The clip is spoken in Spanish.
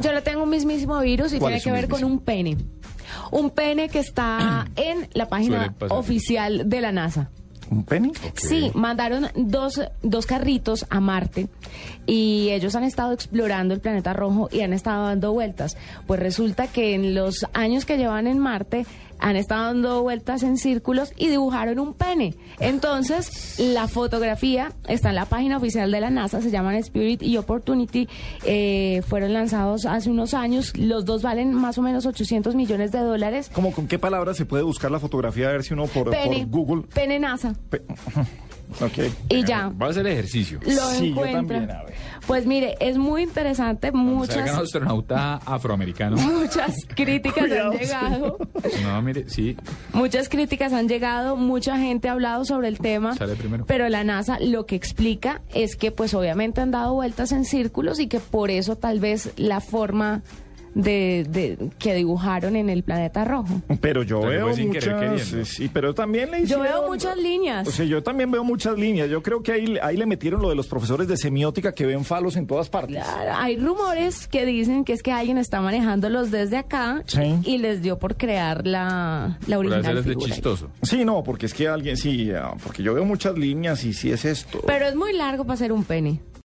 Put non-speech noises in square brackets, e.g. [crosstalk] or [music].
Yo le tengo un mismísimo virus y ¿Cuál tiene es que un ver con mismísimo? un pene. Un pene que está en [clears throat] la Suele página pasar. oficial de la NASA. ¿Un penny? Sí, mandaron dos, dos carritos a Marte y ellos han estado explorando el planeta rojo y han estado dando vueltas. Pues resulta que en los años que llevan en Marte han estado dando vueltas en círculos y dibujaron un pene. Entonces, la fotografía está en la página oficial de la NASA, se llaman Spirit y Opportunity. eh, fueron lanzados hace unos años, los dos valen más o menos 800 millones de dólares. ¿Cómo con qué palabra se puede buscar la fotografía? A ver si uno Pues por, Pene, por Google. pene NASA. Pe- ok. Y ya. Va a hacer ejercicio. lo Sí, yo encuentra. también, a ver. Pues mire, es muy interesante, Muchas... muchas un astronauta [laughs] afroamericano. muchas críticas Cuidado, han llegado. No, mire, sí. Muchas críticas han llegado, mucha gente ha hablado sobre el tema. Sale primero. Pero la NASA lo que explica es que pues obviamente han dado vueltas en círculos y que por eso tal vez la forma de, de- que dibujaron en el planeta rojo. Pero yo Pero veo fue sin querer, muchas, queriendo. sí, pero también le Yo hicieron, veo muchas líneas. O sea, yo también veo muchas líneas. Yo creo que ahí, ahí le metieron lo de los profesores de semiótica que ven falos en todas partes. Claro, hay rumores que dicen que es que alguien está manejándolos desde acá Sí. y les dio por crear la, la Por hacer original es de figura. chistoso. Sí, no, porque es que alguien, sí, ah, porque yo veo muchas líneas y sí es esto. Pero es muy largo para ser un pene.